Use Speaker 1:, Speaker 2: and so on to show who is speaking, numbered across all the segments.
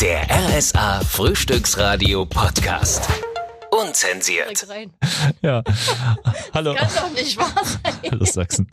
Speaker 1: Der RSA Frühstücksradio Podcast. Unzensiert.
Speaker 2: Direkt rein.
Speaker 3: Ja. Hallo.
Speaker 2: Kann doch nicht wahr sein.
Speaker 3: Hallo Sachsen.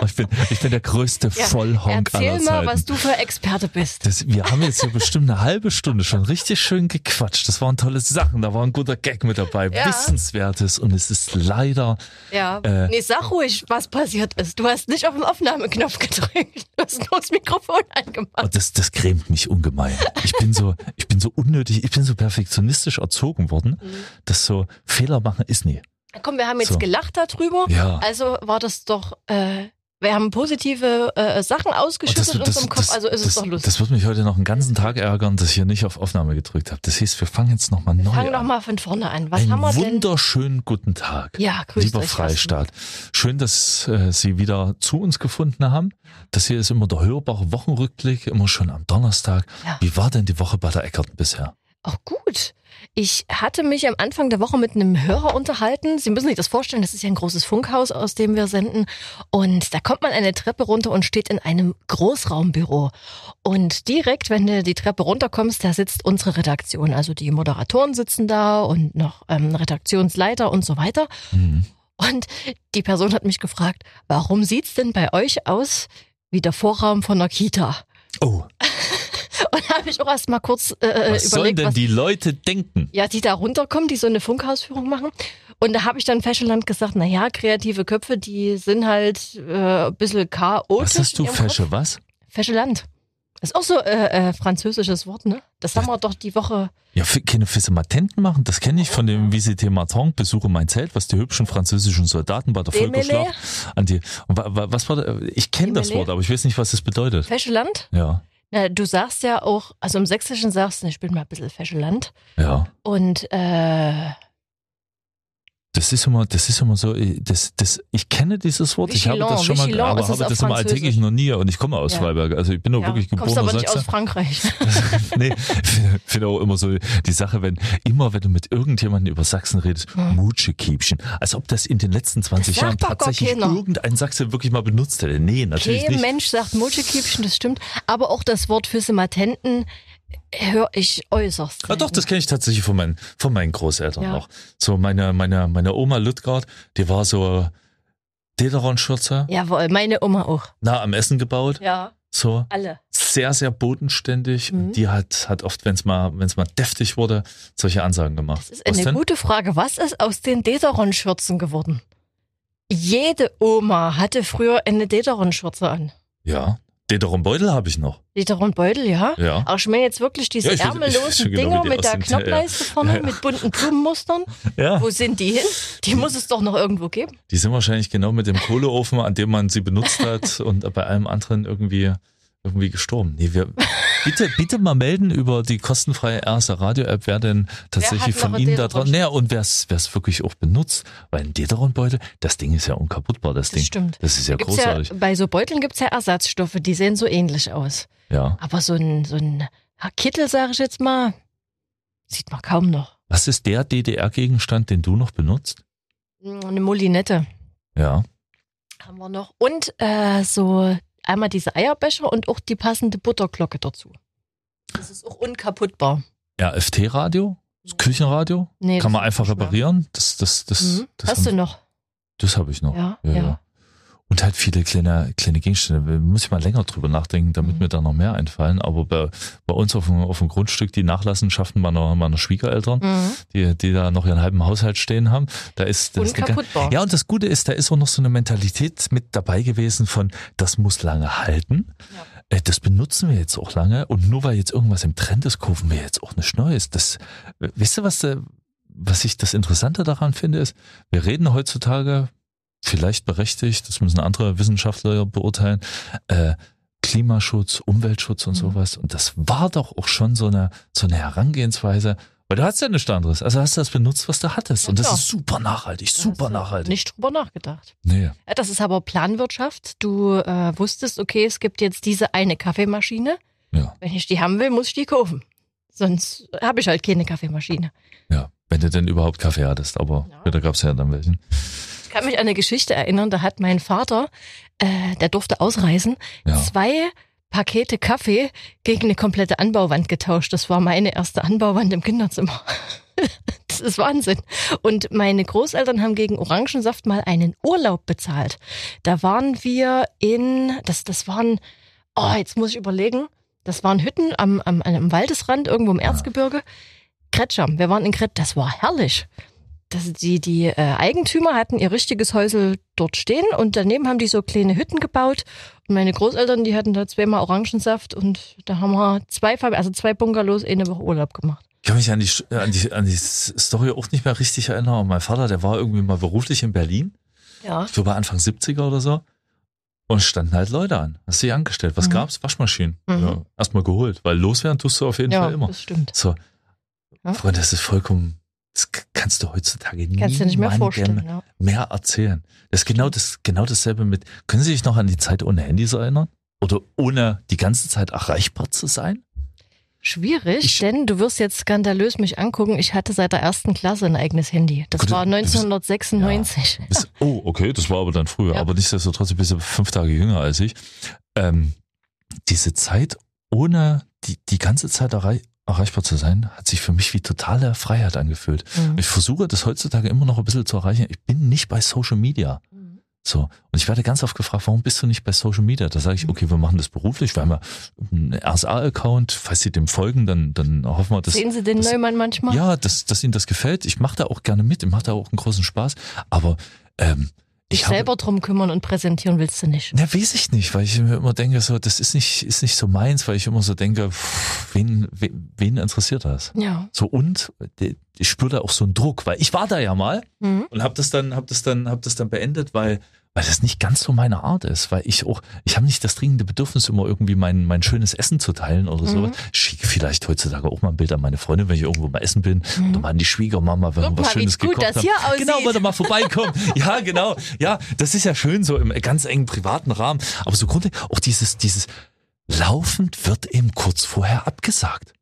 Speaker 3: Oh, ich, bin, ich bin der größte
Speaker 2: Ja,
Speaker 3: Vollhonk aller
Speaker 2: Erzähl
Speaker 3: Zeiten.
Speaker 2: mal, was du für Experte bist.
Speaker 3: das, wir haben jetzt hier bestimmt eine halbe Stunde schon richtig schön gequatscht. Das waren tolle Sachen, da war ein guter Gag mit dabei,
Speaker 2: Ja.
Speaker 3: wissenswertes und es ist leider
Speaker 2: Ja.
Speaker 3: Äh.
Speaker 2: nee, sag ruhig, was passiert ist. Du hast nicht auf den Aufnahmeknopf gedrückt. Du hast nur das Mikrofon
Speaker 3: Oh,
Speaker 2: angemacht.
Speaker 3: das, das grämt mich ungemein. Ich bin so, ich bin so unnötig, ich bin so perfektionistisch erzogen worden,
Speaker 2: Mhm.
Speaker 3: dass so Fehler machen ist nie.
Speaker 2: Komm, wir haben jetzt
Speaker 3: So.
Speaker 2: gelacht darüber.
Speaker 3: Ja.
Speaker 2: Also war das doch. Äh, wir haben positive äh, Sachen
Speaker 3: Oh,
Speaker 2: ausgeschüttet in unserem Kopf, also ist
Speaker 3: das,
Speaker 2: es doch lustig.
Speaker 3: Das wird mich heute noch einen ganzen Tag ärgern, dass ich hier nicht auf Aufnahme gedrückt habe. Das hieß, wir fangen jetzt nochmal neu
Speaker 2: Fang
Speaker 3: an.
Speaker 2: doch mal von vorne an. Was
Speaker 3: Einen
Speaker 2: haben wir denn?
Speaker 3: wunderschönen guten Tag.
Speaker 2: Ja, grüßt
Speaker 3: Lieber
Speaker 2: euch,
Speaker 3: Freistaat. Schön, dass äh, Sie wieder zu uns gefunden haben. Das hier ist immer der hörbare Wochenrückblick, immer schon am Donnerstag.
Speaker 2: Ja.
Speaker 3: Wie war denn die Woche bei der Eckerten bisher?
Speaker 2: Auch gut. Ich hatte mich am Anfang der Woche mit einem Hörer unterhalten. Sie müssen sich das vorstellen, das ist ja ein großes Funkhaus, aus dem wir senden. Und da kommt man eine Treppe runter und steht in einem Großraumbüro. Und direkt, wenn du die Treppe runterkommst, da sitzt unsere Redaktion. Also die Moderatoren sitzen da und noch ähm, Redaktionsleiter und so weiter.
Speaker 3: Hm.
Speaker 2: Und die Person hat mich gefragt, warum sieht's denn bei euch aus wie der Vorraum von einer Kita?
Speaker 3: Oh,
Speaker 2: Und da habe ich auch erst mal kurz äh,
Speaker 3: was sollen
Speaker 2: überlegt,
Speaker 3: denn
Speaker 2: was
Speaker 3: die Leute denken?
Speaker 2: ja, die da runterkommen, die so eine Funkhausführung machen. Und da habe ich dann Fashionland gesagt, na ja, kreative Köpfe, die sind halt äh, ein bisschen chaotisch.
Speaker 3: Was hast du,
Speaker 2: in ihrem Kopf.
Speaker 3: Fesche, was?
Speaker 2: Fashionland. Ist auch so äh, äh, französisches Wort, ne? Das haben wir doch die Woche.
Speaker 3: Ja, fi- keine Fissematenten machen, das kenne ich von dem Visite Martin, besuche mein Zelt, was die hübschen französischen Soldaten bei der
Speaker 2: Demele?
Speaker 3: Völkerschlacht an die, wa- wa- was war da, ich kenne das
Speaker 2: Demele?
Speaker 3: Wort, aber ich weiß nicht, was es bedeutet.
Speaker 2: Fashionland?
Speaker 3: Ja,
Speaker 2: Na, du sagst ja auch, also im Sächsischen sagst du, ich bin mal ein bisschen Fashionland.
Speaker 3: ja.
Speaker 2: Und äh,
Speaker 3: Das ist immer, das ist immer so, äh, das, das, ich kenne dieses Wort, ich habe
Speaker 2: Vigilant,
Speaker 3: das schon mal,
Speaker 2: vigilant
Speaker 3: aber
Speaker 2: ist es
Speaker 3: habe
Speaker 2: auf
Speaker 3: das immer
Speaker 2: Französisch.
Speaker 3: alltäglich noch nie und ich komme aus
Speaker 2: Ja.
Speaker 3: Freiberg, also ich bin doch
Speaker 2: ja,
Speaker 3: wirklich
Speaker 2: kommst
Speaker 3: geborener
Speaker 2: aber nicht aus
Speaker 3: Sachse.
Speaker 2: Frankreich.
Speaker 3: nee, finde- finde auch immer so die Sache, wenn immer, wenn du mit irgendjemandem über Sachsen redest,
Speaker 2: Hm.
Speaker 3: Mutschekiebchen, als ob das in den letzten 20
Speaker 2: sagt
Speaker 3: Jahren
Speaker 2: doch gar
Speaker 3: tatsächlich
Speaker 2: keiner.
Speaker 3: irgendein Sachse wirklich mal benutzt hätte. Nee, natürlich
Speaker 2: Kein
Speaker 3: nicht.
Speaker 2: Mensch sagt Multikiebchen, das stimmt. Aber auch das Wort Füßematenten höre ich äußerst.
Speaker 3: Ah, doch,
Speaker 2: selten.
Speaker 3: das kenne ich tatsächlich von meinen, von meinen Großeltern
Speaker 2: Ja.
Speaker 3: noch. So, meine, meine, meine Oma Lüttgard, die war so Dederon-Schürze,
Speaker 2: Jawohl, meine Oma auch.
Speaker 3: nah am Essen gebaut,
Speaker 2: Ja,
Speaker 3: so.
Speaker 2: alle.
Speaker 3: Sehr, sehr bodenständig.
Speaker 2: Mhm.
Speaker 3: Die hat, hat oft, wenn es mal, wenn's mal deftig wurde, solche Ansagen gemacht.
Speaker 2: Das ist
Speaker 3: Was
Speaker 2: eine
Speaker 3: denn?
Speaker 2: gute Frage. Was ist aus den Deteron-Schürzen geworden? Jede Oma hatte früher eine Deteron-Schürze an.
Speaker 3: Ja. Dederon-Beutel habe ich noch.
Speaker 2: Deteron-Beutel, ja?
Speaker 3: Ja.
Speaker 2: Aber ich meine jetzt wirklich diese
Speaker 3: Ja, ich weiß- ich weiß
Speaker 2: ärmellosen
Speaker 3: schon genau,
Speaker 2: Dinger
Speaker 3: wie die
Speaker 2: mit der
Speaker 3: aussehen. Ja, ja.
Speaker 2: Knopfleiste vorne,
Speaker 3: Ja, ja.
Speaker 2: mit bunten Blumenmustern.
Speaker 3: Ja.
Speaker 2: Wo sind die hin? Die muss es doch noch irgendwo geben.
Speaker 3: Die sind wahrscheinlich genau mit dem Kohleofen, an dem man sie benutzt hat und bei allem anderen irgendwie, irgendwie gestorben. Nee, wir, bitte, bitte mal melden über die kostenfreie RSA Radio App, wer denn
Speaker 2: hat
Speaker 3: tatsächlich von
Speaker 2: noch
Speaker 3: Ihnen
Speaker 2: einen
Speaker 3: da dran,
Speaker 2: Dederon-
Speaker 3: naja, und wer es wirklich auch benutzt, weil ein Dederon-Beutel, das Ding ist ja unkaputtbar, das,
Speaker 2: Das
Speaker 3: Ding.
Speaker 2: stimmt.
Speaker 3: Das ist ja
Speaker 2: Gibt's ja,
Speaker 3: großartig.
Speaker 2: bei so Beuteln gibt es ja Ersatzstoffe, die sehen so ähnlich aus.
Speaker 3: ja.
Speaker 2: Aber so ein, so ein Kittel, sage ich jetzt mal, sieht man kaum noch.
Speaker 3: Was ist der DDR-Gegenstand, den du noch benutzt?
Speaker 2: Eine Molinette
Speaker 3: Ja.
Speaker 2: haben wir noch. Und äh, so einmal diese Eierbecher und auch die passende Butterglocke dazu. Das ist auch unkaputtbar.
Speaker 3: RFT-Radio? Das Küchenradio?
Speaker 2: Nee, das
Speaker 3: Kann man einfach
Speaker 2: nicht mehr.
Speaker 3: reparieren? Das, das, das,
Speaker 2: Mhm.
Speaker 3: das,
Speaker 2: Hast du
Speaker 3: haben-
Speaker 2: noch?
Speaker 3: das habe ich noch.
Speaker 2: Ja,
Speaker 3: Ja,
Speaker 2: ja.
Speaker 3: ja. Und halt viele kleine, kleine Gegenstände. Da Muss ich mal länger drüber nachdenken, damit
Speaker 2: Mhm.
Speaker 3: mir da noch mehr einfallen. Aber bei, bei uns auf dem, auf dem Grundstück, die Nachlassenschaften meiner, meiner Schwiegereltern,
Speaker 2: Mhm.
Speaker 3: die, die da noch ihren halben Haushalt stehen haben, da ist das. eine ga-
Speaker 2: Unkaputtbar.
Speaker 3: ja, und das Gute ist, da ist auch noch so eine Mentalität mit dabei gewesen von, das muss lange halten. Äh, Das benutzen wir jetzt auch lange. Und nur weil jetzt irgendwas im Trend ist, kaufen wir jetzt auch nichts Neues. Das, äh, weißt du, was, äh, was ich das Interessante daran finde, ist, wir reden heutzutage, vielleicht berechtigt, das müssen andere Wissenschaftler beurteilen, äh, Klimaschutz, Umweltschutz und
Speaker 2: Mhm.
Speaker 3: sowas. Und das war doch auch schon so eine, so eine Herangehensweise. Weil du hast ja nichts anderes. Also hast du das benutzt, was du hattest.
Speaker 2: Ja,
Speaker 3: und das
Speaker 2: klar.
Speaker 3: ist super nachhaltig,
Speaker 2: Da
Speaker 3: super
Speaker 2: hast du
Speaker 3: nachhaltig.
Speaker 2: Also Nicht drüber nachgedacht.
Speaker 3: Nee.
Speaker 2: Ja, Das ist aber Planwirtschaft. Du äh, wusstest, okay, es gibt jetzt diese eine Kaffeemaschine.
Speaker 3: Ja.
Speaker 2: Wenn ich die haben will, muss ich die kaufen. Sonst habe ich halt keine Kaffeemaschine.
Speaker 3: Ja, wenn du denn überhaupt Kaffee hattest, aber
Speaker 2: Ja.
Speaker 3: später gab's ja dann welchen.
Speaker 2: Ich kann mich an eine Geschichte erinnern, da hat mein Vater, äh, der durfte ausreisen,
Speaker 3: Ja.
Speaker 2: zwei Pakete Kaffee gegen eine komplette Anbauwand getauscht. Das war meine erste Anbauwand im Kinderzimmer. Das ist Wahnsinn. Und meine Großeltern haben gegen Orangensaft mal einen Urlaub bezahlt. Da waren wir in, das, das waren, oh, jetzt muss ich überlegen, das waren Hütten am, am, am Waldesrand, irgendwo im Erzgebirge. Kretscham, wir waren in Kretscham, das war herrlich. Das, die die äh, Eigentümer hatten ihr richtiges Häusel dort stehen und daneben haben die so kleine Hütten gebaut. Und meine Großeltern, die hatten da zweimal Orangensaft und da haben wir zwei, Fam- also zwei Bungalows in eine Woche Urlaub gemacht.
Speaker 3: Ich kann mich an die, äh, an, die, an die Story auch nicht mehr richtig erinnern. Mein Vater, der war irgendwie mal beruflich in Berlin,
Speaker 2: Ja.
Speaker 3: ich glaube Anfang 70er oder so, und standen halt Leute an. Hast dich angestellt. Was
Speaker 2: Mhm.
Speaker 3: gab's? Waschmaschinen.
Speaker 2: Mhm.
Speaker 3: Ja, erstmal geholt, weil loswerden tust du auf jeden
Speaker 2: Ja,
Speaker 3: Fall immer.
Speaker 2: das stimmt.
Speaker 3: So,
Speaker 2: Ja.
Speaker 3: Freunde, das ist vollkommen, das k- kannst du heutzutage
Speaker 2: Kannst du dir nicht mehr vorstellen. Ja.
Speaker 3: mehr erzählen. Das ist genau, das, genau dasselbe mit, können Sie sich noch an die Zeit ohne Handys erinnern? Oder ohne die ganze Zeit erreichbar zu sein?
Speaker 2: Schwierig,
Speaker 3: Ich-
Speaker 2: denn du wirst jetzt skandalös mich angucken. Ich hatte seit der ersten Klasse ein eigenes Handy. Das
Speaker 3: Gut,
Speaker 2: war
Speaker 3: du bist-
Speaker 2: 1996.
Speaker 3: Bis- oh, okay, das war aber dann früher.
Speaker 2: Ja.
Speaker 3: Aber nichtsdestotrotz bist du fünf Tage jünger als ich. Ähm, diese Zeit ohne die, die ganze Zeit errei erreichbar zu sein, hat sich für mich wie totale Freiheit angefühlt.
Speaker 2: Mhm.
Speaker 3: Ich versuche das heutzutage immer noch ein bisschen zu erreichen. Ich bin nicht bei Social Media.
Speaker 2: Mhm.
Speaker 3: So. Und ich werde ganz oft gefragt, warum bist du nicht bei Social Media? Da sage ich,
Speaker 2: Mhm.
Speaker 3: okay, wir machen das beruflich, wir haben ja einen RSA-Account, falls Sie dem folgen, dann, dann hoffen wir, dass,
Speaker 2: Sehen Sie den
Speaker 3: das-
Speaker 2: Neumann manchmal?
Speaker 3: ja, dass, dass Ihnen das gefällt. Ich mache da auch gerne mit, ich mache da auch einen großen Spaß, aber ähm, ich
Speaker 2: Dich
Speaker 3: habe,
Speaker 2: selber drum kümmern und präsentieren willst du nicht.
Speaker 3: na, weiß ich nicht, weil ich mir immer denke, so, das ist nicht, ist nicht so meins, weil ich immer so denke, pff, wen, wen, wen interessiert das?
Speaker 2: Ja.
Speaker 3: So und äh, ich spüre da auch so einen Druck, weil ich war da ja mal
Speaker 2: Mhm.
Speaker 3: und habe das dann habe das dann habe das dann beendet, weil weil das nicht ganz so meine Art ist, weil ich auch ich habe nicht das dringende Bedürfnis immer irgendwie mein mein schönes Essen zu teilen oder
Speaker 2: Mhm.
Speaker 3: sowas. Ich schicke vielleicht heutzutage auch mal ein Bild an meine Freundin, wenn ich irgendwo mal essen bin oder mal an die Schwiegermama, wenn wir
Speaker 2: Mhm. Guck mal,
Speaker 3: was
Speaker 2: wie
Speaker 3: schönes
Speaker 2: gut
Speaker 3: gekocht
Speaker 2: das
Speaker 3: haben.
Speaker 2: hier aussieht.
Speaker 3: Genau, wenn du mal vorbeikommen. ja, genau. Ja, das ist ja schön so im ganz engen privaten Rahmen, aber so grundlegend auch dieses dieses laufend wird eben kurz vorher abgesagt.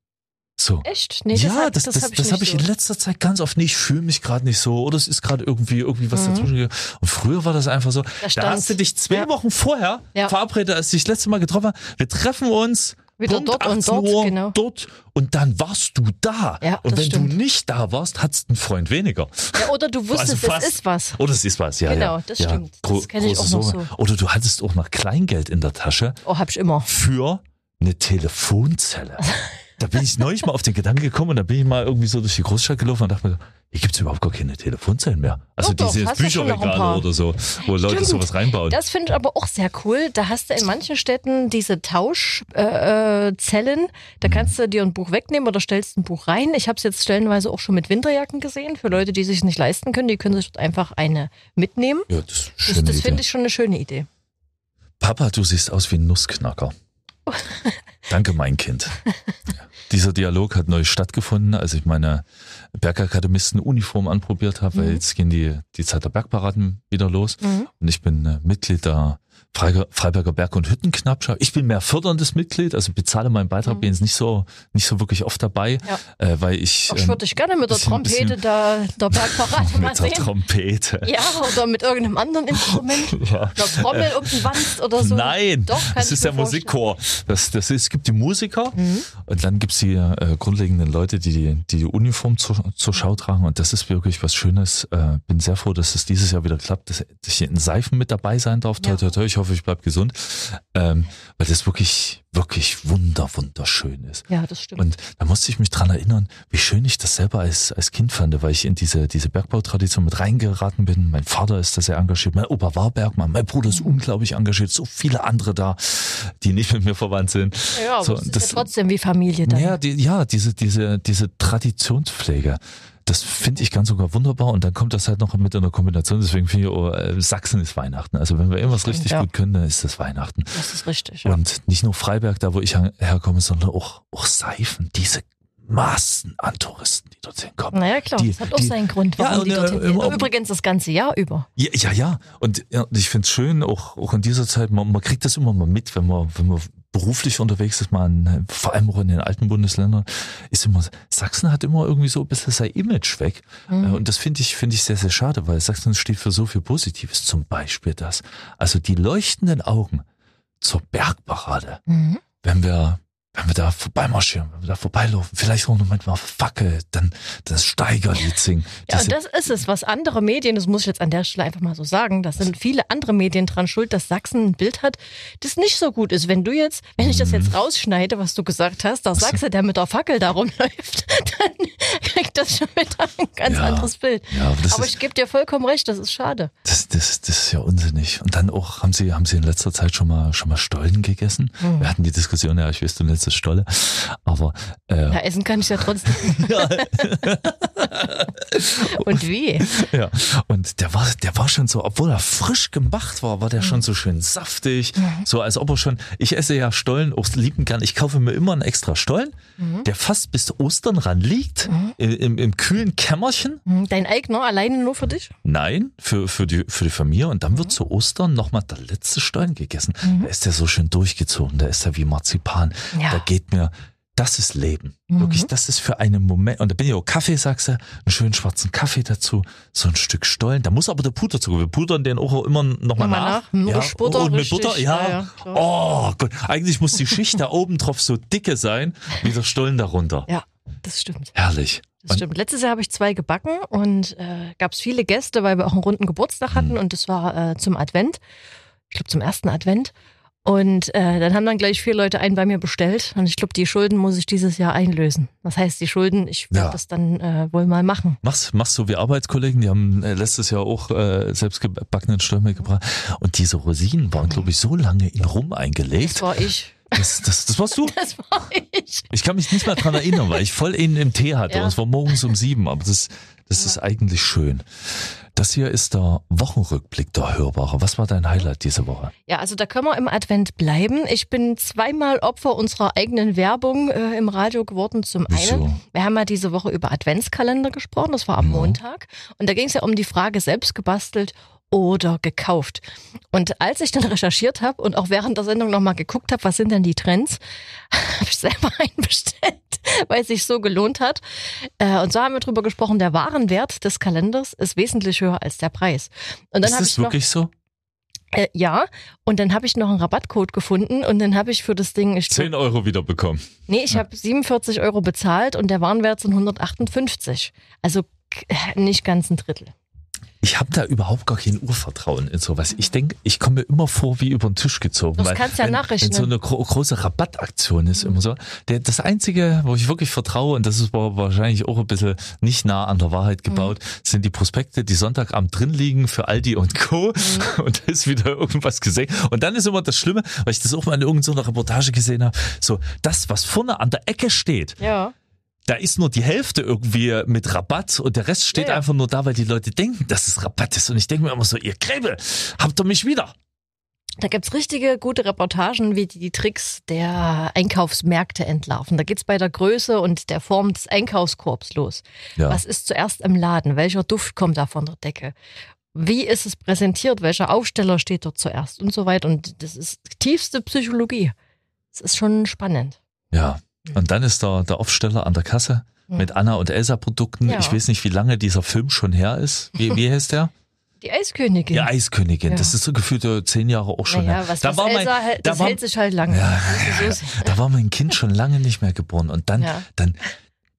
Speaker 3: So
Speaker 2: Echt? Nee,
Speaker 3: ja,
Speaker 2: das, hat-
Speaker 3: das,
Speaker 2: das,
Speaker 3: das,
Speaker 2: habe ich,
Speaker 3: das
Speaker 2: nicht
Speaker 3: hab ich
Speaker 2: so.
Speaker 3: in letzter Zeit ganz oft nicht. Ich fühle mich gerade nicht so. Oder es ist gerade irgendwie, irgendwie was
Speaker 2: Mhm.
Speaker 3: dazwischen gegangen. Und früher war das einfach so. Da,
Speaker 2: stand-
Speaker 3: hast du dich zwei
Speaker 2: Ja.
Speaker 3: Wochen vorher
Speaker 2: Ja.
Speaker 3: verabredet, als ich das letzte Mal getroffen habe. Wir treffen uns.
Speaker 2: Wieder
Speaker 3: Punkt
Speaker 2: dort und
Speaker 3: 18
Speaker 2: dort,
Speaker 3: Uhr,
Speaker 2: genau.
Speaker 3: dort und dann warst du da.
Speaker 2: Ja,
Speaker 3: und
Speaker 2: das
Speaker 3: wenn
Speaker 2: stimmt.
Speaker 3: du nicht da warst, hattest einen Freund weniger.
Speaker 2: ja, oder du wusstest,
Speaker 3: Also fast.
Speaker 2: es ist was.
Speaker 3: Oder es ist was, ja.
Speaker 2: Genau,
Speaker 3: ja.
Speaker 2: das
Speaker 3: ja.
Speaker 2: stimmt. Das kenn ich
Speaker 3: große
Speaker 2: auch noch
Speaker 3: Sorge.
Speaker 2: so.
Speaker 3: Oder du hattest auch noch Kleingeld in der Tasche
Speaker 2: Oh, hab ich immer.
Speaker 3: für eine Telefonzelle. Da bin ich neulich mal auf den Gedanken gekommen und da bin ich mal irgendwie so durch die Großstadt gelaufen und dachte mir, so, hier gibt's überhaupt gar keine Telefonzellen mehr. Also
Speaker 2: Doch, doch,
Speaker 3: diese
Speaker 2: hast du schon noch ein paar.
Speaker 3: Bücherregale oder so, wo Leute
Speaker 2: Stimmt.
Speaker 3: sowas reinbauen.
Speaker 2: Das finde ich aber auch sehr cool. Da hast du in manchen Städten diese Tauschzellen. Äh, Zellen. da kannst du dir ein Buch wegnehmen oder stellst ein Buch rein. Ich habe es jetzt stellenweise auch schon mit Winterjacken gesehen. Für Leute, die sich nicht leisten können, die können sich dort einfach eine mitnehmen.
Speaker 3: ja, das ist eine
Speaker 2: Das,
Speaker 3: schöne
Speaker 2: das
Speaker 3: Idee.
Speaker 2: finde ich schon eine schöne Idee.
Speaker 3: Papa, du siehst aus wie ein Nussknacker. Danke, mein Kind. Dieser Dialog hat neu stattgefunden, als ich meine Bergakademisten-Uniform anprobiert habe, weil
Speaker 2: Mhm.
Speaker 3: jetzt gehen die, die Zeit der Bergparaden wieder los.
Speaker 2: Mhm.
Speaker 3: Und ich bin äh, Mitglied der Freiger- Freiberger Berg- und Hüttenknappschaft. Ich bin mehr förderndes Mitglied, also bezahle meinen Beitrag,
Speaker 2: Mhm.
Speaker 3: bin jetzt nicht so, nicht so wirklich oft dabei,
Speaker 2: Ja.
Speaker 3: äh, weil ich,
Speaker 2: Ach, ich
Speaker 3: ähm,
Speaker 2: würde dich gerne mit der
Speaker 3: bisschen-
Speaker 2: Trompete
Speaker 3: bisschen-
Speaker 2: da, der Bergparade mal
Speaker 3: mit der
Speaker 2: sehen.
Speaker 3: Trompete.
Speaker 2: Ja, oder mit irgendeinem anderen Instrument.
Speaker 3: Ja.
Speaker 2: Eine Trommel um den Wanst oder so.
Speaker 3: Äh, Nein,
Speaker 2: Doch, kann
Speaker 3: das
Speaker 2: ich
Speaker 3: ist
Speaker 2: mir
Speaker 3: der
Speaker 2: vorstellen.
Speaker 3: Musikchor. Das, das ist, es gibt die Musiker
Speaker 2: Mhm.
Speaker 3: und dann gibt's die äh, grundlegenden Leute, die die, die, die Uniform zur, zur Schau tragen und das ist wirklich was Schönes. Äh, bin sehr froh, dass es dieses Jahr wieder klappt, dass ich in Seifen mit dabei sein darf. Toi,
Speaker 2: Ja.
Speaker 3: toi, toi, ich hoffe, ich bleib gesund, ähm, weil das wirklich, wirklich wunder, wunderschön ist.
Speaker 2: Ja, das stimmt.
Speaker 3: Und da musste ich mich dran erinnern, wie schön ich das selber als, als Kind fand, weil ich in diese, diese Bergbautradition mit reingeraten bin. Mein Vater ist da sehr engagiert, mein Opa war Bergmann, mein Bruder ist unglaublich engagiert, so viele andere da, die nicht mit mir verwandt sind.
Speaker 2: ja, aber
Speaker 3: so,
Speaker 2: das ist
Speaker 3: das-
Speaker 2: ja trotzdem wie Familie dann.
Speaker 3: Ja, die, ja diese, diese, diese Traditionspflege. Das finde ich ganz sogar wunderbar und dann kommt das halt noch mit in der Kombination. Deswegen finde ich, oh, äh, Sachsen ist Weihnachten. Also wenn wir irgendwas
Speaker 2: Stimmt,
Speaker 3: richtig
Speaker 2: ja.
Speaker 3: gut können, dann ist das Weihnachten.
Speaker 2: Das ist richtig. Ja.
Speaker 3: Und nicht nur Freiberg, da wo ich her- herkomme, sondern auch, auch Seifen, diese Massen an Touristen, die dort hinkommen.
Speaker 2: Naja, klar,
Speaker 3: Die-
Speaker 2: das hat auch
Speaker 3: die-
Speaker 2: seinen Grund,
Speaker 3: Ja,
Speaker 2: warum die
Speaker 3: und, äh,
Speaker 2: dorthin gehen.
Speaker 3: immer-
Speaker 2: Übrigens das ganze Jahr über.
Speaker 3: Ja, ja, ja. Und, ja, und ich finde es schön, auch, auch in dieser Zeit, man, man kriegt das immer mal mit, wenn man, wenn man beruflich unterwegs ist, man, vor allem auch in den alten Bundesländern, ist immer, Sachsen hat immer irgendwie so ein bisschen sein Image weg.
Speaker 2: Mhm.
Speaker 3: Äh, Und das finde ich, finde ich sehr, sehr schade, weil Sachsen steht für so viel Positives, zum Beispiel das. Also die leuchtenden Augen zur Bergparade,
Speaker 2: Mhm.
Speaker 3: wenn wir, wenn wir da vorbeimarschieren, wenn wir da vorbeilaufen, vielleicht auch noch manchmal Fackel, dann das Steigerlied singen.
Speaker 2: Ja,
Speaker 3: Diese-
Speaker 2: und das ist es, was andere Medien, das muss ich jetzt an der Stelle einfach mal so sagen, das sind viele andere Medien dran schuld, dass Sachsen ein Bild hat, das nicht so gut ist. Wenn du jetzt, wenn ich
Speaker 3: Mhm.
Speaker 2: das jetzt rausschneide, was du gesagt hast, dass Sachse, der mit der Fackel da rumläuft, dann kriegt das schon wieder ein ganz
Speaker 3: Ja.
Speaker 2: anderes Bild.
Speaker 3: ja, aber das
Speaker 2: Aber
Speaker 3: ist,
Speaker 2: ich gebe dir vollkommen recht, das ist schade.
Speaker 3: Das, das, das ist ja unsinnig. Und dann auch, haben sie, haben sie in letzter Zeit schon mal, schon mal Stollen gegessen?
Speaker 2: Hm.
Speaker 3: Wir hatten die Diskussion, ja, ich weiß, du nennst es Stolle. Aber, äh,
Speaker 2: Ja, essen kann ich ja trotzdem.
Speaker 3: ja.
Speaker 2: Und wie?
Speaker 3: ja. Und der war, der war schon so, obwohl er frisch gemacht war, war der schon so schön saftig. So als ob er schon, ich esse ja Stollen auch lieben gern. Ich kaufe mir immer einen extra Stollen, der fast bis Ostern ran liegt, im, im, im kühlen Kämmerchen.
Speaker 2: Hm, Dein eigener alleine nur für dich?
Speaker 3: Nein, für, für, die, für die Familie. Und dann
Speaker 2: Mhm.
Speaker 3: wird zu Ostern nochmal der letzte Stein gegessen. Da ist der so schön durchgezogen, da ist er wie Marzipan.
Speaker 2: Ja. Mhm.
Speaker 3: Da geht mir, das ist Leben. Wirklich, das ist für einen Moment. Und da bin ich auch Kaffeesachse, einen schönen schwarzen Kaffee dazu, so ein Stück Stollen. Da muss aber der Puder zu. Wir pudern den auch immer nochmal
Speaker 2: Nochmal
Speaker 3: nach.
Speaker 2: nach. Mit
Speaker 3: Ja,
Speaker 2: Butter,
Speaker 3: und mit
Speaker 2: richtig.
Speaker 3: Butter, ja.
Speaker 2: Ja, ja, klar.
Speaker 3: oh Gott, eigentlich muss die Schicht da oben drauf so dicke sein, wie der Stollen darunter.
Speaker 2: Ja, das stimmt.
Speaker 3: Herrlich.
Speaker 2: Das stimmt. Letztes Jahr habe ich zwei gebacken und äh, gab es viele Gäste, weil wir auch einen runden Geburtstag hatten
Speaker 3: Mhm.
Speaker 2: und das war äh, zum Advent. Ich glaube zum ersten Advent. Und äh, dann haben dann gleich vier Leute einen bei mir bestellt und ich glaube, die Schulden muss ich dieses Jahr einlösen. Das heißt, die Schulden, ich werde
Speaker 3: Ja.
Speaker 2: das dann äh, wohl mal machen.
Speaker 3: Machst, machst so wie Arbeitskollegen, die haben äh, letztes Jahr auch äh, selbst gebackenen Stürme gebracht. Und diese Rosinen waren, glaube ich, so lange in Rum
Speaker 2: Das
Speaker 3: eingelegt.
Speaker 2: war ich.
Speaker 3: Das, das, das warst du?
Speaker 2: Das war ich.
Speaker 3: Ich kann mich nicht mal dran erinnern, weil ich voll in im Tee hatte.
Speaker 2: Ja.
Speaker 3: Und es war morgens um sieben, aber das, das ist eigentlich schön. Das hier ist der Wochenrückblick der Hörbare. Was war dein Highlight diese Woche?
Speaker 2: Ja, also da können wir im Advent bleiben. Ich bin zweimal Opfer unserer eigenen Werbung äh, im Radio geworden. Zum
Speaker 3: Wieso?
Speaker 2: einen, wir haben ja diese Woche über Adventskalender gesprochen, das war am
Speaker 3: Ja.
Speaker 2: Montag. Und da ging es ja um die Frage, selbst gebastelt oder gekauft. Und als ich dann recherchiert habe und auch während der Sendung nochmal geguckt habe, was sind denn die Trends, habe ich selber einen bestellt, weil es sich so gelohnt hat. Äh, Und so haben wir drüber gesprochen, der Warenwert des Kalenders ist wesentlich höher als der Preis. Und dann
Speaker 3: ist
Speaker 2: habe
Speaker 3: das
Speaker 2: ich noch,
Speaker 3: wirklich so?
Speaker 2: äh, ja, und dann habe ich noch einen Rabattcode gefunden und dann habe ich für das Ding, ich,
Speaker 3: Zehn Euro wiederbekommen.
Speaker 2: nee, ich habe 47 Euro bezahlt und der Warenwert sind 158. Also k- nicht ganz ein Drittel.
Speaker 3: Ich habe da überhaupt gar kein Urvertrauen in sowas. Ich denke, ich komme mir immer vor wie über den Tisch gezogen.
Speaker 2: Das
Speaker 3: weil
Speaker 2: kannst ja
Speaker 3: wenn,
Speaker 2: nachrechnen.
Speaker 3: Wenn so eine gro große Rabattaktion ist immer so. Der, das Einzige, wo ich wirklich vertraue, und das ist wa- wahrscheinlich auch ein bisschen nicht nah an der Wahrheit gebaut,
Speaker 2: Mhm.
Speaker 3: sind die Prospekte, die Sonntagabend drin liegen für Aldi und Co.
Speaker 2: Mhm.
Speaker 3: Und da ist wieder irgendwas gesehen. Und dann ist immer das Schlimme, weil ich das auch mal in irgendeiner Reportage gesehen habe, so das, was vorne an der Ecke steht,
Speaker 2: Ja.
Speaker 3: da ist nur die Hälfte irgendwie mit Rabatt und der Rest steht
Speaker 2: Ja, ja.
Speaker 3: einfach nur da, weil die Leute denken, dass es Rabatt ist. Und ich denke mir immer so, ihr Gräbe, habt ihr mich wieder?
Speaker 2: Da gibt's richtige gute Reportagen, wie die, die Tricks der Einkaufsmärkte entlarven. Da geht's bei der Größe und der Form des Einkaufskorbs los.
Speaker 3: Ja.
Speaker 2: Was ist zuerst im Laden? Welcher Duft kommt da von der Decke? Wie ist es präsentiert? Welcher Aufsteller steht dort zuerst? Und so weiter. Und das ist tiefste Psychologie. Das ist schon spannend.
Speaker 3: Ja. Und dann ist da der Aufsteller an der Kasse mit Anna und Elsa Produkten.
Speaker 2: Hm. Ja.
Speaker 3: Ich weiß nicht, wie lange dieser Film schon her ist. Wie, wie heißt der?
Speaker 2: Die Eiskönigin.
Speaker 3: Ja, Eiskönigin.
Speaker 2: Ja.
Speaker 3: Das ist so gefühlt äh, zehn Jahre auch schon
Speaker 2: naja,
Speaker 3: her.
Speaker 2: was,
Speaker 3: da
Speaker 2: was
Speaker 3: war mein,
Speaker 2: Elsa, hält-
Speaker 3: da
Speaker 2: das
Speaker 3: war-
Speaker 2: hält sich halt lange.
Speaker 3: Ja,
Speaker 2: Das ist so-
Speaker 3: Da war mein Kind schon lange nicht mehr geboren und dann,
Speaker 2: Ja.
Speaker 3: dann,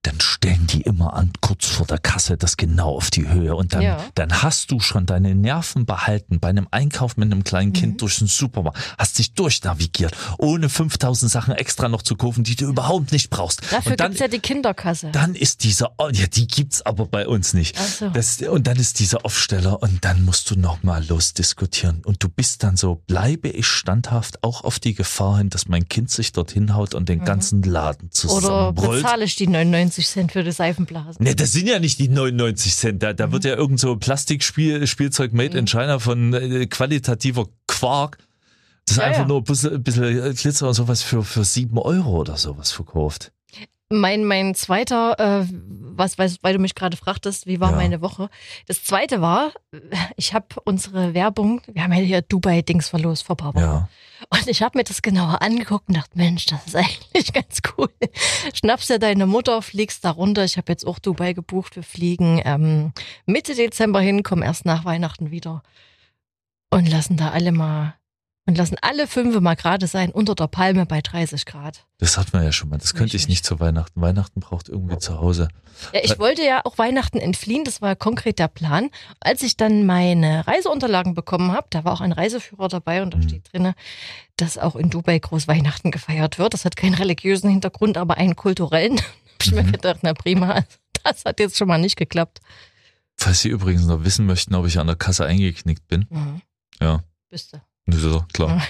Speaker 3: dann stellen die immer an, kurz vor der Kasse, das genau auf die Höhe und dann,
Speaker 2: Ja.
Speaker 3: dann hast du schon deine Nerven behalten bei einem Einkauf mit einem kleinen
Speaker 2: Mhm.
Speaker 3: Kind durch den Supermarkt, hast dich durchnavigiert, ohne 5000 Sachen extra noch zu kaufen, die du überhaupt nicht brauchst.
Speaker 2: Dafür
Speaker 3: und dann,
Speaker 2: gibt's ja die Kinderkasse.
Speaker 3: dann ist dieser, oh, ja, die gibt's aber bei uns nicht.
Speaker 2: Ach so.
Speaker 3: Das, und dann ist dieser Aufsteller und dann musst du nochmal losdiskutieren. Und du bist dann so, bleibe ich standhaft auch auf die Gefahr hin, dass mein Kind sich dorthin haut und den ganzen Laden
Speaker 2: Mhm. Oder
Speaker 3: zusammenrollt.
Speaker 2: bezahle ich die 99 Cent für die Seifenblasen?
Speaker 3: Ne, das sind ja nicht die 99 Cent. Da, da wird
Speaker 2: Mhm.
Speaker 3: ja irgend so Plastikspiel, Spielzeug made in China von äh, qualitativer Quark. Das ist
Speaker 2: Ja,
Speaker 3: einfach
Speaker 2: ja.
Speaker 3: nur ein bisschen, ein bisschen Glitzer und sowas für, für sieben Euro oder sowas verkauft.
Speaker 2: Mein, mein zweiter, äh, was weiß, weil du mich gerade fragtest, wie war
Speaker 3: Ja.
Speaker 2: meine Woche? Das zweite war, ich habe unsere Werbung, wir haben ja hier Dubai-Dings verlost vor ein paar Wochen.
Speaker 3: Ja.
Speaker 2: Und ich habe mir das genauer angeguckt und dachte, Mensch, das ist eigentlich ganz cool. Schnappst ja deine Mutter, fliegst da runter. Ich habe jetzt auch Dubai gebucht. Wir fliegen ähm, Mitte Dezember hin, kommen erst nach Weihnachten wieder und lassen da alle mal und lassen alle fünf mal gerade sein unter der Palme bei 30 Grad.
Speaker 3: Das hat man ja schon mal. Das könnte ich nicht zu Weihnachten. Weihnachten braucht irgendwie zu Hause.
Speaker 2: Ja, ich wollte ja auch Weihnachten entfliehen, das war konkret der Plan. Als ich dann meine Reiseunterlagen bekommen habe, da war auch ein Reiseführer dabei und da
Speaker 3: Mhm.
Speaker 2: steht drin, dass auch in Dubai groß Weihnachten gefeiert wird. Das hat keinen religiösen Hintergrund, aber einen kulturellen. Da hab ich mir
Speaker 3: Mhm.
Speaker 2: gedacht, na prima, also das hat jetzt schon mal nicht geklappt.
Speaker 3: Falls Sie übrigens noch wissen möchten, ob ich an der Kasse eingeknickt bin.
Speaker 2: Mhm.
Speaker 3: Ja.
Speaker 2: Bist du.
Speaker 3: Und ich so, klar.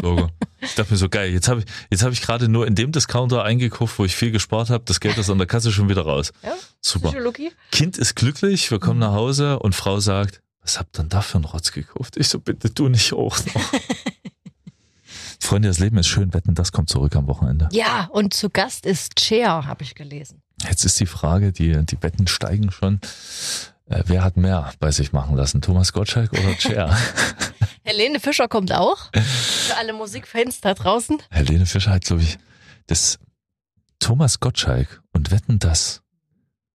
Speaker 3: Logo. Ich dachte mir so, geil, jetzt habe ich, jetzt habe ich gerade nur in dem Discounter eingekauft, wo ich viel gespart habe. Das Geld ist an der Kasse schon wieder raus.
Speaker 2: Ja.
Speaker 3: Super.
Speaker 2: Psychologie?
Speaker 3: Kind ist glücklich, wir kommen nach Hause und Frau sagt, was habt ihr denn da für einen Rotz gekauft? Ich so, bitte du nicht auch noch. Freunde, das Leben ist schön, wetten, das kommt zurück am Wochenende.
Speaker 2: Ja, und zu Gast ist Cher, habe ich gelesen.
Speaker 3: Jetzt ist die Frage, die, die Wetten steigen schon. Äh, wer hat mehr bei sich machen lassen? Thomas Gottschalk oder Cher?
Speaker 2: Helene Fischer kommt auch. Für alle Musikfans da draußen.
Speaker 3: Helene Fischer hat, glaube ich, das Thomas Gottschalk und Wetten, das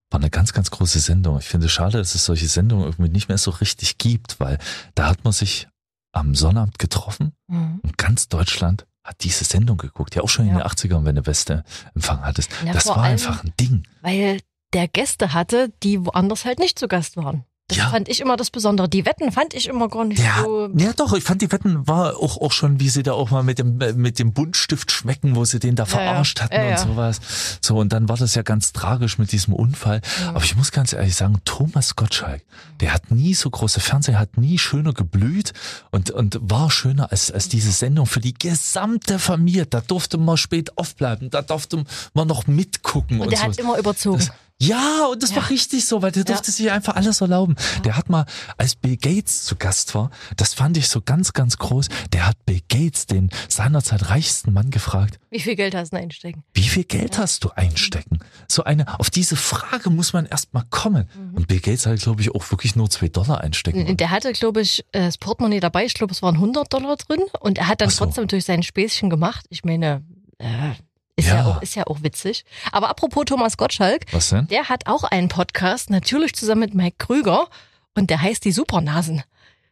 Speaker 3: war eine ganz, ganz große Sendung. Ich finde es schade, dass es solche Sendungen irgendwie nicht mehr so richtig gibt, weil da hat man sich am Sonnabend getroffen Und ganz Deutschland hat diese Sendung geguckt. Ja, auch schon
Speaker 2: Ja.
Speaker 3: in den 80ern, wenn du Weste empfangen hattest.
Speaker 2: Ja,
Speaker 3: das
Speaker 2: vor
Speaker 3: war
Speaker 2: allem-
Speaker 3: einfach ein Ding.
Speaker 2: Weil der Gäste hatte, die woanders halt nicht zu Gast waren. Das
Speaker 3: Ja.
Speaker 2: fand ich immer das Besondere. Die Wetten fand ich immer gar nicht
Speaker 3: Ja,
Speaker 2: so.
Speaker 3: ja, doch, ich fand die Wetten war auch, auch schon, wie sie da auch mal mit dem, äh, mit dem Buntstift schmecken, wo sie den da
Speaker 2: Ja, ja.
Speaker 3: verarscht hatten
Speaker 2: Ja, ja.
Speaker 3: und sowas. So, und dann war das ja ganz tragisch mit diesem Unfall. Aber ich muss ganz ehrlich sagen, Thomas Gottschalk, der hat nie so große Fernseher, hat nie schöner geblüht und, und war schöner als, als diese Sendung für die gesamte Familie. Da durfte man spät aufbleiben, da durfte man noch mitgucken und,
Speaker 2: Und der
Speaker 3: sowas.
Speaker 2: hat immer überzogen.
Speaker 3: Das- Ja, und das
Speaker 2: Ja.
Speaker 3: war richtig so, weil der durfte sich einfach alles erlauben. Der hat mal, als Bill Gates zu Gast war, das fand ich so ganz, ganz groß, der hat Bill Gates, den seinerzeit reichsten Mann, gefragt,
Speaker 2: Wie viel Geld hast du denn einstecken?
Speaker 3: wie viel Geld hast du einstecken? So eine, auf diese Frage muss man erstmal kommen.
Speaker 2: Mhm.
Speaker 3: Und Bill Gates hat, glaube ich, auch wirklich nur zwei Dollar einstecken.
Speaker 2: Der hatte, glaube ich, äh, das Portemonnaie dabei. Ich glaube, es waren 100 Dollar drin. Und er hat dann
Speaker 3: Ach so.
Speaker 2: trotzdem durch sein Späßchen gemacht. Ich meine, äh, ist, ja.
Speaker 3: Ja.
Speaker 2: auch, ist ja auch witzig. Aber apropos Thomas Gottschalk,
Speaker 3: Was denn?
Speaker 2: der hat auch einen Podcast, natürlich zusammen mit Mike Krüger. Und der heißt Die Supernasen.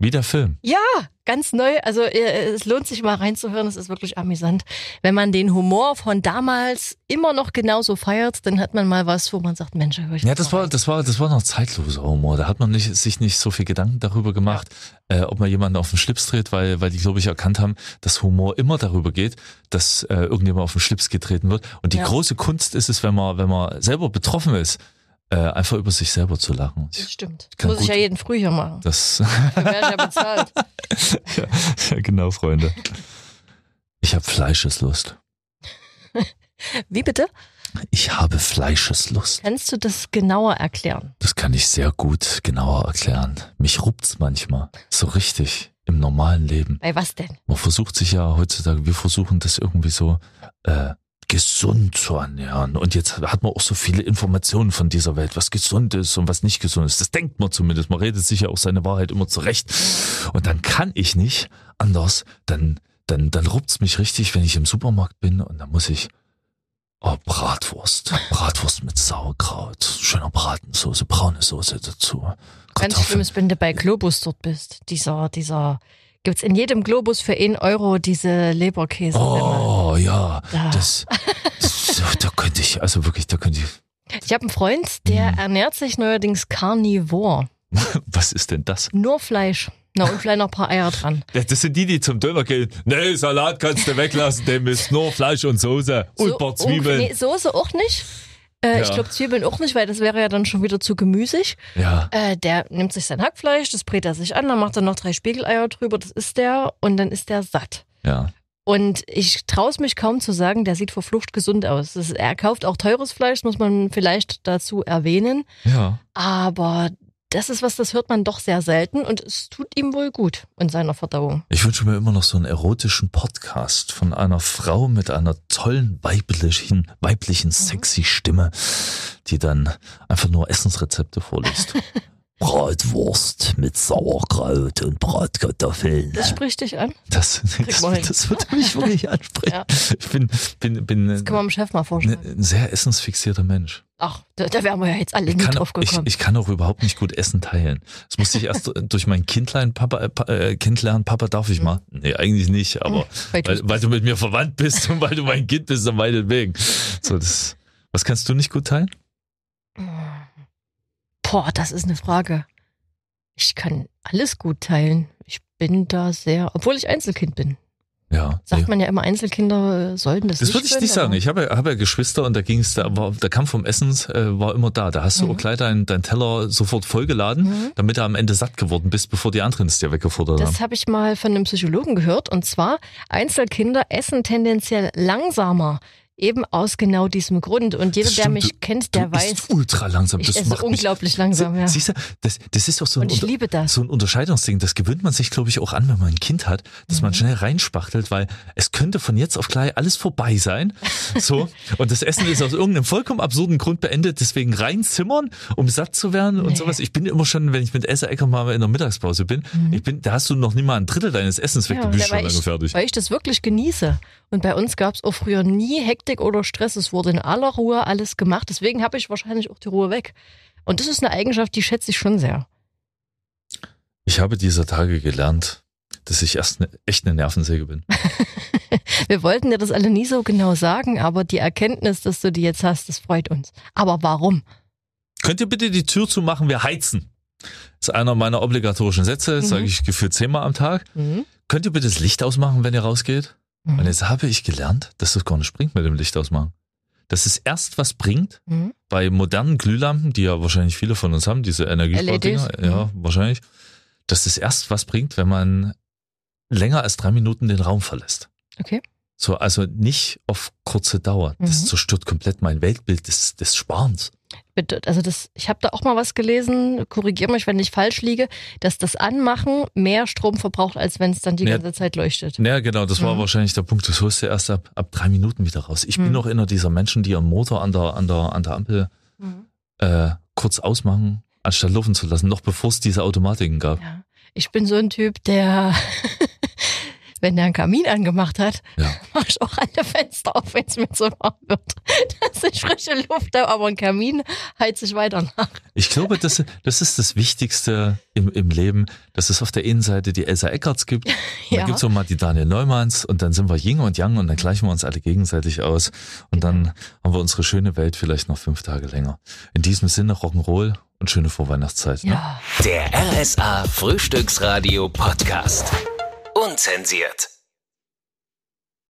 Speaker 3: Wie der Film.
Speaker 2: Ja, ganz neu. Also äh, es lohnt sich mal reinzuhören. Es ist wirklich amüsant. Wenn man den Humor von damals immer noch genauso feiert, dann hat man mal was, wo man sagt, Mensch, da höre ich
Speaker 3: Ja,
Speaker 2: jetzt
Speaker 3: das
Speaker 2: mal
Speaker 3: war,
Speaker 2: rein.
Speaker 3: das war, das war noch zeitloser Humor. Da hat man nicht, sich nicht so viel Gedanken darüber gemacht, äh, ob man jemanden auf den Schlips dreht, weil, weil die, glaube ich, erkannt haben, dass Humor immer darüber geht, dass äh, irgendjemand auf den Schlips getreten wird. Und die
Speaker 2: Ja.
Speaker 3: große Kunst ist es, wenn man, wenn man selber betroffen ist, äh, einfach über sich selber zu lachen.
Speaker 2: Das
Speaker 3: Ich,
Speaker 2: stimmt.
Speaker 3: Kann
Speaker 2: Muss ich
Speaker 3: gut-
Speaker 2: ja jeden Frühjahr machen.
Speaker 3: das,
Speaker 2: Dafür werde ich ja bezahlt.
Speaker 3: ja, ja, genau, Freunde. Ich habe Fleischeslust.
Speaker 2: Wie bitte?
Speaker 3: Ich habe Fleischeslust.
Speaker 2: Kannst du das genauer erklären?
Speaker 3: Das kann ich sehr gut genauer erklären. Mich ruppt's manchmal. So richtig. Im normalen Leben.
Speaker 2: Bei was denn?
Speaker 3: Man versucht sich ja heutzutage, wir versuchen das irgendwie so äh, gesund zu ernähren. Und jetzt hat man auch so viele Informationen von dieser Welt, was gesund ist und was nicht gesund ist. Das denkt man zumindest. Man redet sich ja auch seine Wahrheit immer zurecht. Und dann kann ich nicht anders. Dann, dann, dann ruppt's mich richtig, wenn ich im Supermarkt bin und dann muss ich. Oh, Bratwurst. Bratwurst mit Sauerkraut. Schöner Bratensoße, braune Soße dazu.
Speaker 2: Ganz schlimm ist, wenn du bei Globus dort bist. Dieser, dieser, gibt's in jedem Globus für 1 Euro diese Leberkäse.
Speaker 3: Oh ja,
Speaker 2: Da.
Speaker 3: das, das da könnte ich, also wirklich, da könnte ich.
Speaker 2: Ich habe einen Freund, der
Speaker 3: Mhm.
Speaker 2: ernährt sich neuerdings carnivore.
Speaker 3: Was ist denn das?
Speaker 2: Nur Fleisch. Na und vielleicht noch ein paar Eier dran.
Speaker 3: Ja, Das sind die, die zum Döner gehen. Nee, Salat kannst du weglassen, dem ist nur Fleisch und Soße und ein paar Zwiebeln.
Speaker 2: ungefähr- Nee, Soße auch nicht. Äh, Ich
Speaker 3: Ja.
Speaker 2: glaube Zwiebeln auch nicht, weil das wäre ja dann schon wieder zu gemüsig.
Speaker 3: Ja,
Speaker 2: Äh, der nimmt sich sein Hackfleisch, das brät er sich an, dann macht er noch drei Spiegeleier drüber, das isst der und dann ist der satt.
Speaker 3: ja.
Speaker 2: Und ich traue es mich kaum zu sagen, der sieht verflucht gesund aus. Das, er kauft auch teures Fleisch, das muss man vielleicht dazu erwähnen.
Speaker 3: Ja.
Speaker 2: Aber das ist was, das hört man doch sehr selten und es tut ihm wohl gut in seiner Verdauung.
Speaker 3: Ich wünsche mir immer noch so einen erotischen Podcast von einer Frau mit einer tollen weiblichen, Mhm. weiblichen, sexy Stimme, die dann einfach nur Essensrezepte vorliest.
Speaker 4: Bratwurst mit Sauerkraut und Bratkartoffeln.
Speaker 2: Das spricht dich an.
Speaker 3: Das, das,
Speaker 2: man hin.
Speaker 3: das würde mich wirklich ansprechen.
Speaker 2: Ja.
Speaker 3: Ich bin, bin, bin
Speaker 2: Das kann man dem Chef mal
Speaker 3: ein,
Speaker 2: vorschlagen.
Speaker 3: ein sehr essensfixierter Mensch.
Speaker 2: Ach, da, da wären wir ja jetzt alle
Speaker 3: Ich
Speaker 2: nicht
Speaker 3: kann,
Speaker 2: drauf
Speaker 3: ich,
Speaker 2: gekommen.
Speaker 3: ich kann auch überhaupt nicht gut Essen teilen. Das musste ich erst durch mein Kindlein Papa, äh, Pa- äh, Kind lernen. Papa, darf ich mal? Nee, eigentlich nicht, aber
Speaker 2: Mhm. Weil du-
Speaker 3: weil, weil du mit mir verwandt bist und weil du mein Kind bist, dann meinetwegen. So, das, was kannst du nicht gut teilen?
Speaker 2: Boah, das ist eine Frage. Ich kann alles gut teilen. Ich bin da sehr, obwohl ich Einzelkind bin.
Speaker 3: Ja.
Speaker 2: Sagt
Speaker 3: nee.
Speaker 2: man ja immer, Einzelkinder äh, sollten das,
Speaker 3: Das
Speaker 2: nicht
Speaker 3: würde ich
Speaker 2: können,
Speaker 3: nicht sagen.
Speaker 2: aber-
Speaker 3: Ich habe ja, habe ja Geschwister und da ging es, da war, der Kampf um Essens äh, war immer da. Da hast du
Speaker 2: Mhm.
Speaker 3: auch gleich deinen deinen Teller sofort vollgeladen,
Speaker 2: Mhm.
Speaker 3: damit du am Ende satt geworden bist, bevor die anderen es dir weggefuttert haben.
Speaker 2: Das habe ich mal von einem Psychologen gehört. Und zwar, Einzelkinder essen tendenziell langsamer. Eben aus genau diesem Grund. Und jeder,
Speaker 3: Das
Speaker 2: der
Speaker 3: stimmt.
Speaker 2: mich kennt, der
Speaker 3: du
Speaker 2: weiß,
Speaker 3: isst ultra langsam.
Speaker 2: ich
Speaker 3: das
Speaker 2: esse
Speaker 3: macht mich-
Speaker 2: unglaublich langsam. Ja.
Speaker 3: Siehst du, das, das ist doch so ein,
Speaker 2: Und ich
Speaker 3: Unter-
Speaker 2: liebe das.
Speaker 3: so ein Unterscheidungsding. Das gewöhnt man sich, glaube ich, auch an, wenn man ein Kind hat, dass
Speaker 2: Mhm.
Speaker 3: man schnell reinspachtelt, weil es könnte von jetzt auf gleich alles vorbei sein. So. Und das Essen ist aus irgendeinem vollkommen absurden Grund beendet. Deswegen reinzimmern, um satt zu werden und
Speaker 2: Nee.
Speaker 3: sowas. Ich bin immer schon, wenn ich mit Esserecker mal in der Mittagspause bin, ich bin, da hast du noch nicht mal ein Drittel deines Essens weggebüßt, schon
Speaker 2: weil,
Speaker 3: lange
Speaker 2: Mhm. ich,
Speaker 3: fertig.
Speaker 2: weil ich das wirklich genieße. Und bei uns gab es auch früher nie Hektik oder Stress. Es wurde in aller Ruhe alles gemacht. Deswegen habe ich wahrscheinlich auch die Ruhe weg. Und das ist eine Eigenschaft, die schätze ich schon sehr.
Speaker 3: Ich habe dieser Tage gelernt, dass ich erst ne, echt eine Nervensäge bin.
Speaker 2: Wir wollten ja das alle nie so genau sagen, aber die Erkenntnis, dass du die jetzt hast, das freut uns. Aber warum?
Speaker 3: Könnt ihr bitte die Tür zumachen? Wir heizen. Das ist einer meiner obligatorischen Sätze, das
Speaker 2: Mhm.
Speaker 3: sage ich gefühlt zehnmal am Tag.
Speaker 2: Mhm.
Speaker 3: Könnt ihr bitte das Licht ausmachen, wenn ihr rausgeht?
Speaker 2: Mhm.
Speaker 3: Und jetzt habe ich gelernt, dass das gar nicht bringt mit dem Licht ausmachen. Dass es erst was bringt
Speaker 2: Mhm.
Speaker 3: bei modernen Glühlampen, die ja wahrscheinlich viele von uns haben, diese Energiespardinger,
Speaker 2: LEDs,
Speaker 3: ja, wahrscheinlich, dass es erst was bringt, wenn man länger als drei Minuten den Raum verlässt.
Speaker 2: Okay.
Speaker 3: So, also nicht auf kurze Dauer. Das
Speaker 2: Mhm.
Speaker 3: zerstört komplett mein Weltbild des, des Sparens.
Speaker 2: Bitte, also das, ich habe da auch mal was gelesen, korrigiere mich, wenn ich falsch liege, dass das Anmachen mehr Strom verbraucht, als wenn es dann die
Speaker 3: Ja.
Speaker 2: ganze Zeit leuchtet.
Speaker 3: Ja, genau, das war
Speaker 2: Mhm.
Speaker 3: wahrscheinlich der Punkt. Das holst du erst ab, ab drei Minuten wieder raus. Ich bin
Speaker 2: Mhm.
Speaker 3: noch einer dieser Menschen, die ihren Motor an der, an der, an der Ampel
Speaker 2: Mhm.
Speaker 3: äh, kurz ausmachen, anstatt laufen zu lassen, noch bevor es diese Automatiken gab.
Speaker 2: Ja. Ich bin so ein Typ, der, wenn der einen Kamin angemacht hat,
Speaker 3: Ja.
Speaker 2: mache ich auch alle Fenster auf, wenn es mir zu warm wird. Dass ich frische Luft habe, aber ein Kamin heizt sich weiter nach. ne?
Speaker 3: Ich glaube, das, das ist das Wichtigste im, im Leben, dass es auf der Innenseite die Elsa Eckerts gibt. Und
Speaker 2: Ja.
Speaker 3: Dann gibt's auch mal die Daniel Neumanns und dann sind wir Ying und Yang und dann gleichen wir uns alle gegenseitig aus. Und dann haben wir unsere schöne Welt vielleicht noch fünf Tage länger. In diesem Sinne Rock'n'Roll und schöne Vorweihnachtszeit. Ne?
Speaker 2: Ja.
Speaker 1: Der RSA Frühstücksradio Podcast. Unzensiert.